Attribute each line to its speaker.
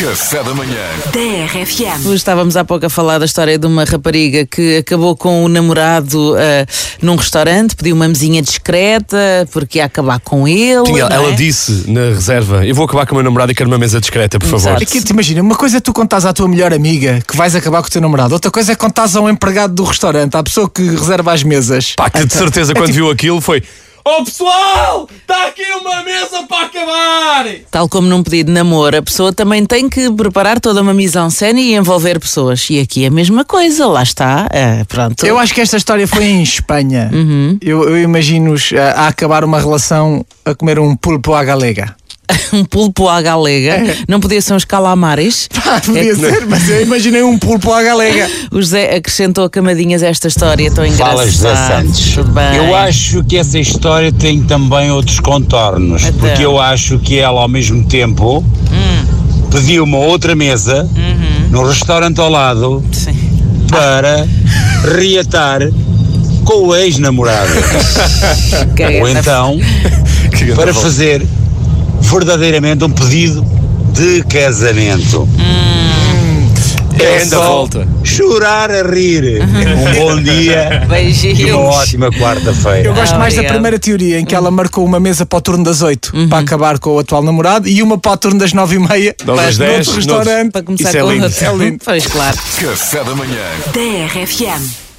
Speaker 1: Café da manhã.
Speaker 2: DRFM.
Speaker 3: Estávamos há pouco a falar da história de uma rapariga que acabou com o namorado ah, num restaurante, pediu uma mesinha discreta porque ia acabar com ele.
Speaker 4: Tinha-
Speaker 3: não
Speaker 4: ela
Speaker 3: é?
Speaker 4: disse na reserva: Eu vou acabar com o meu namorado e quero uma mesa discreta, por favor.
Speaker 3: Exato.
Speaker 5: É que te imagina, uma coisa é tu contares à tua melhor amiga que vais acabar com o teu namorado, outra coisa é contares a um empregado do restaurante, à pessoa que reserva as mesas.
Speaker 4: Pá, que de certeza quando viu aquilo foi: Oh pessoal, está aqui uma mesa para acabar!
Speaker 3: Tal como num pedido de namoro, a pessoa também tem que preparar toda uma mise en scène e envolver pessoas. E aqui é a mesma coisa, lá está. ah, pronto.
Speaker 5: Eu acho que esta história foi em Espanha. Eu, eu imagino-os a, a acabar uma relação a comer um pulpo à galega.
Speaker 3: um pulpo à galega. Não podia ser uns calamares.
Speaker 5: Pá, podia
Speaker 3: É que-
Speaker 5: ser, mas eu imaginei um pulpo à galega.
Speaker 3: O José acrescentou camadinhas a esta história tão engraçada.
Speaker 6: Fala José Santos.
Speaker 3: Tudo bem.
Speaker 6: Eu acho que essa história tem também outros contornos,
Speaker 3: Então.
Speaker 6: porque eu acho que ela ao mesmo tempo
Speaker 3: Hum.
Speaker 6: pediu uma outra mesa no restaurante ao lado
Speaker 3: Uhum, Sim.
Speaker 6: para reatar com o ex-namorado. Ou então
Speaker 4: Que grande
Speaker 6: para
Speaker 4: rolo.
Speaker 6: fazer verdadeiramente um pedido de casamento.
Speaker 3: Hum.
Speaker 4: É ainda
Speaker 6: só
Speaker 4: volta.
Speaker 6: Chorar a
Speaker 3: Uhum.
Speaker 6: rir. Um bom dia e uma
Speaker 3: Beijinhos.
Speaker 6: ótima quarta-feira.
Speaker 5: Eu gosto
Speaker 3: Ah,
Speaker 5: mais
Speaker 3: obrigado.
Speaker 5: da primeira teoria, em que ela marcou uma mesa para o turno das 8 para acabar com o atual namorado e uma para o turno das 9 e meia
Speaker 4: Não, das
Speaker 5: no
Speaker 4: 10,
Speaker 5: outro
Speaker 4: não-
Speaker 5: restaurante.
Speaker 3: Para começar
Speaker 4: Isso é
Speaker 3: com
Speaker 4: lindo.
Speaker 3: outro.
Speaker 5: É lindo.
Speaker 3: Pois claro.
Speaker 1: Café da manhã.
Speaker 2: DRFM.